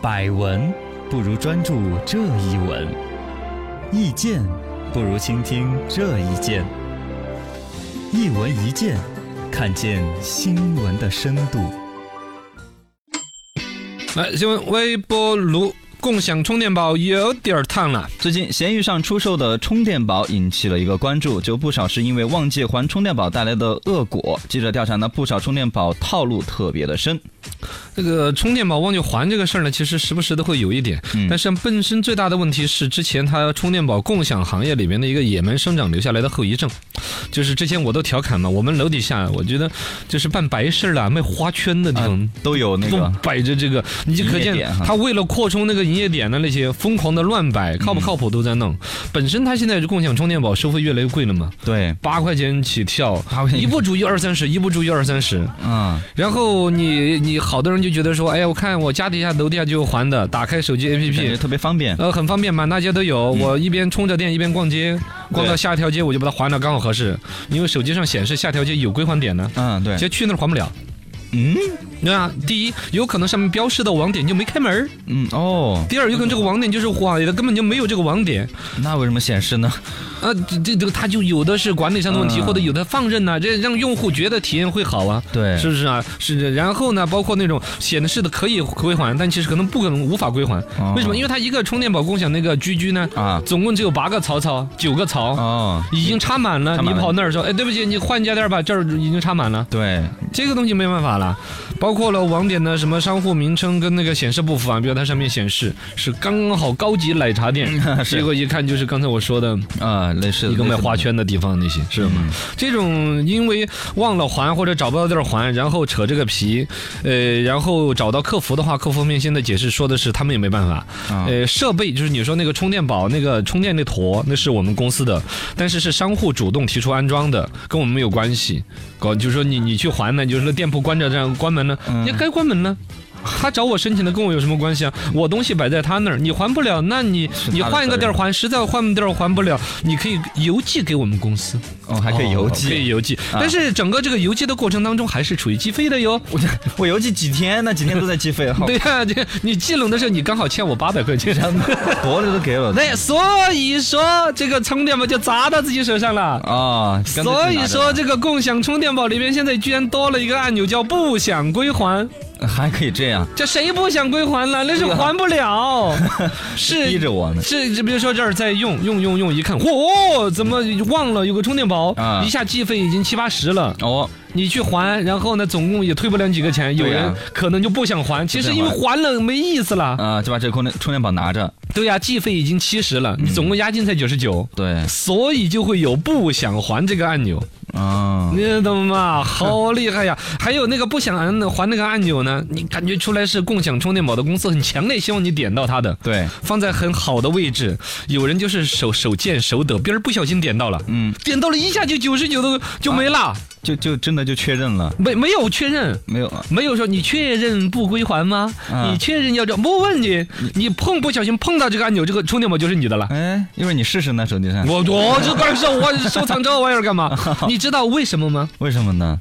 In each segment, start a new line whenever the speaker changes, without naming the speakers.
百闻不如专注这一闻，意见不如倾听这一见。一闻一见，看见新闻的深度。
来，新闻微波炉共享充电宝有点儿烫了。
最近，闲鱼上出售的充电宝引起了一个关注，就不少是因为忘记还充电宝带来的恶果。记者调查呢，不少充电宝套路特别的深。
这个充电宝忘记还这个事儿呢，其实时不时都会有一点。
嗯
但是本身最大的问题是，之前它充电宝共享行业里面的一个野蛮生长留下来的后遗症，就是之前我都调侃嘛，我们楼底下我觉得就是办白事儿啦、卖花圈的地方。
嗯，都有那
都
个
摆着这个，你就可
营业
见
点哈
他为了扩充那个营业点的那些疯狂的乱摆，
嗯
靠不靠谱都在弄。本身他现在共享充电宝收费越来越贵了嘛，
对，
八块钱起跳，
八块钱
一不足一二三十，一不足一二三十。
嗯，
然后你你好多人就觉得说，哎呀，我看我家底下楼底下就有还的，打开手机
嗯感觉
APP，
特别方便。
呃，很方便，满大街都有。我一边充着电一边逛街，逛到
对
下一条街我就把它还了，刚好合适，因为手机上显示下条街有归还点呢，
嗯，对
结，果去那儿还不了。
嗯
对啊，第一，有可能上面标示的网点就没开门儿；
嗯，哦，
第二，有可能这个网点就是网的，根本就没有这个网点。
那为什么显示呢？
啊，这这这个它就有的是管理上的问题，
嗯
或者有的放任呐、这让用户觉得体验会好啊。
对，
是不是啊？是的。然后呢，包括那种显示的可以归还，但其实可能不可能无法归还。
哦
为什么？因为它一个充电宝共享那个居居呢，
啊，
总共只有八个槽槽，九个槽。
哦，
已经插满了，
插
你
满了
跑那儿说，哎，对不起，你换家店吧，这儿已经插满了，
对，
这个东西没办法了。包括了网点的什么商户名称跟那个显示不符啊，比如它上面显示是刚好高级奶茶店，
是
结果一看就是刚才我说的
啊，类似
一个
类
卖
似
花圈的地方那些是吗？这种因为忘了还或者找不到地儿还，然后扯这个皮，呃，然后找到客服的话，客服面现在解释说的是他们也没办法，
啊
呃，设备就是你说那个充电宝那个充电那坨，那是我们公司的，但是是商户主动提出安装的，跟我们没有关系。搞就是说你你去还呢，就是说店铺关着这样关门呢，
嗯
你该关门呢。他找我申请的跟我有什么关系啊？我东西摆在他那儿，你还不了，那你
是
你
他的
换一个
责
地儿
任
还，实在换地儿还不了，你可以邮寄给我们公司，
哦，还可以邮
可以
寄。啊
邮寄。但是整个这个邮寄的过程当中，还是处于计费的哟。
我我邮寄几天，那几天都在啊计费，好
对呀、这你寄拢的时候，你刚好欠我八百块 钱。
多的都给我
那所以说，这个充电宝就砸到自己手上了。
啊。刚才就
所以
拿着
说，这个共享充电宝里面现在居然多了一个按钮，叫不想归还。
还可以这样，
这谁不想归还了？那是还 不了，是
啊逼着我呢
是，这比如说这儿在用用用用，一看，嚯、怎么忘了有个充电宝？
啊
一下计费已经七八十了，
哦，
你去还，然后呢，总共也退不了几个钱。有
对呀
人可能就不想还，其实因为还了没意思了。
啊，就把这个充电充电宝拿着，
对呀、计费已经七十了，
嗯
你总共押金才九十九。
对，
所以就会有不想还这个按钮，
啊，
你懂吗？好厉害呀！还有那个不想按还那个按钮呢，你感觉出来是共享充电宝的公司很强烈希望你点到它的，
对，
放在很好的位置。有人就是手手贱手抖，别人不小心点到了，
嗯，
点到了一下就九十九都就没了，
就就真的就确认了，
没没有确认。
没有啊
没有说你确认不归还吗？
啊
你确认要这？不问你，你碰不小心碰到这个按钮，这个充电宝就是你的 了。
哎，一会儿你试试呢，手机上，
我我这怪兽，我收藏这玩意儿干嘛？你知道为什么吗？
为什么呢？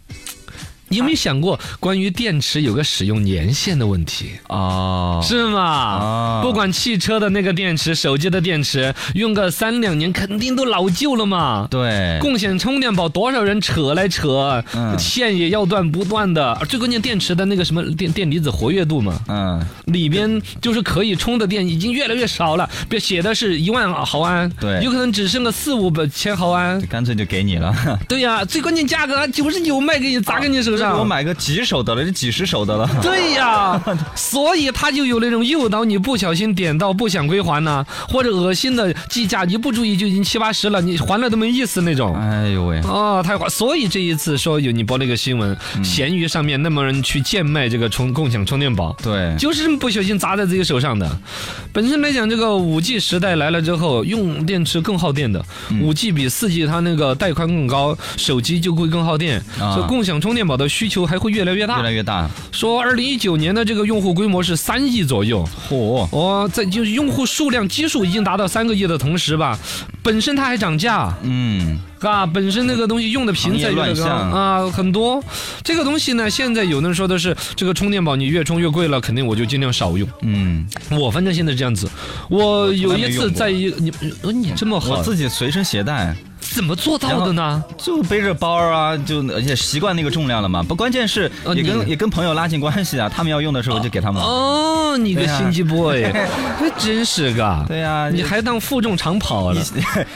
你有没有想过关于电池有个使用年限的问题？
哦，
是吗
啊？
不管汽车的那个电池、手机的电池，用个三两年肯定都老旧了嘛。
对，
共享充电宝多少人扯来扯，
嗯
线也要断不断的。而最关键，电池的那个什么电电离子活跃度嘛，
嗯，
里边就是可以充的电已经越来越少了。别写的是一万毫安，
对
有可能只剩个四五百千毫安
就。干脆就给你了。
对呀、最关键价格啊九十九卖给你，砸给你手上。
我买个几手的了，这几十手的了。
对呀，所以他就有那种诱导你不小心点到不想归还呐、或者恶心的计价，一不注意就已经七八十了，你还了都没意思那种。
哎呦喂，
哦，太划！所以这一次说有你播那个新闻，闲鱼上面那么人去贱卖这个充共享充电宝，
对，
就是这么不小心砸在自己手上的。本身来讲，这个五 G 时代来了之后，用电池更耗电的。五 G 比四 G 它那个带宽更高，手机就会更耗电，
啊
所以共享充电宝的需求还会越来越大
越来。越大。
说二零一九年的这个用户规模是三亿左右，
嚯、
哦，在就是用户数量基数已经达到三个亿的同时吧，本身它还涨价，
嗯，
啊，本身那个东西用的
行
频次
业
用的
乱
高
象
啊，很多。这个东西呢，现在有的人说的是这个充电宝你越充越贵了，肯定我就尽量少用。
嗯，
我反正现在是这样子，我有一次在一个你呃你这么
我
好，
自己随身携带，
怎么做到的呢？
就背着包啊，就而且习惯那个重量了嘛。不，关键是也
啊你
跟也跟朋友拉近关系啊，他们要用的时候就给他们。
哦，你个
对呀
心 机 boy，还真是个。
对呀，
你还当负重长跑了？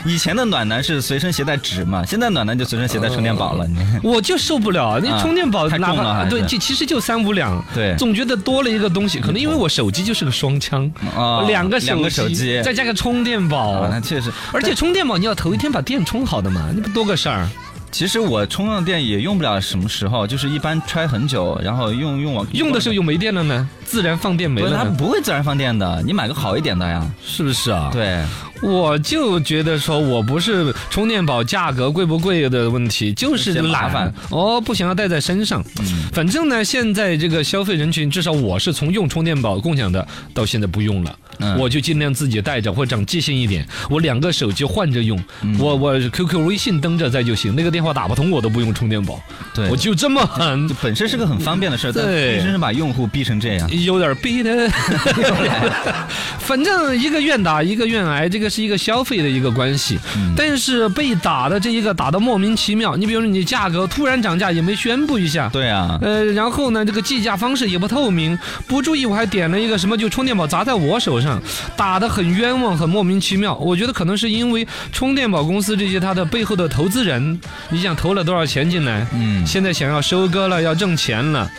以 以前的暖男是随身携带纸嘛，现在暖男就随身携带充电
哦
宝了。你
我就受不了，那
啊
充电宝
太重
哪
了
怕
还是
对，就其实就三五两，
对
总觉得多了一个东西，可能因为我手机就是个双枪，
啊
两个
两个手机
再加个充电宝
啊，，那确实，
而且充电宝你要头一天把电充好的嘛，那不多个事儿，
其实我充上电也用不了什么时候，就是一般揣很久，然后用用完
用的时候又没电了呢，自然放电没
不是它
了呢，
不会自然放电的，你买个好一点的呀。
是不是啊？
对，
我就觉得说我不是充电宝价格贵不贵的问题，就是
嫌麻
懒
烦嗯
哦，不想要带在身上。反正呢，现在这个消费人群，至少我是从用充电宝共享的到现在不用了。
嗯
我就尽量自己带着，或者长记性一点，我两个手机换着用，
嗯
我我 QQ、微信登着在就行，那个电话打不通我都不用充电宝，
对
我就这 么狠，
本身是个很方便的事儿，但
对
真是把用户逼成这样。
有点逼的，反正一个愿打一个愿挨，这个是一个消费的一个关系。但是被打的这一个打的莫名其妙，你比如说你价格突然涨价也没宣布一下。
对啊，
呃，然后呢，这个计价方式也不透明，不注意我还点了一个什么，就充电宝砸在我手上，打得很冤枉，很莫名其妙。我觉得可能是因为充电宝公司这些它的背后的投资人，你想投了多少钱进来，
嗯，
现在想要收割了，要挣钱了，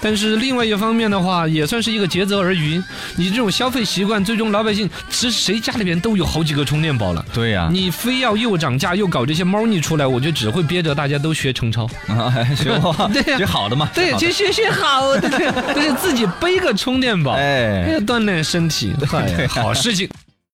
但是另外一方面的话，也算是一个竭泽而渔。你这种消费习惯，最终老百姓其实谁家里边都有好几个充电宝了，
对啊呀、
你非要又涨价又搞这些猫腻出来，我就只会憋着大家都学程超。
啊， 学我，
对呀
学好的嘛，
对，
学
其实学学好 的，但是自己背个充电
好
宝，
的
还
哎
要锻炼身体，哎呀好事情。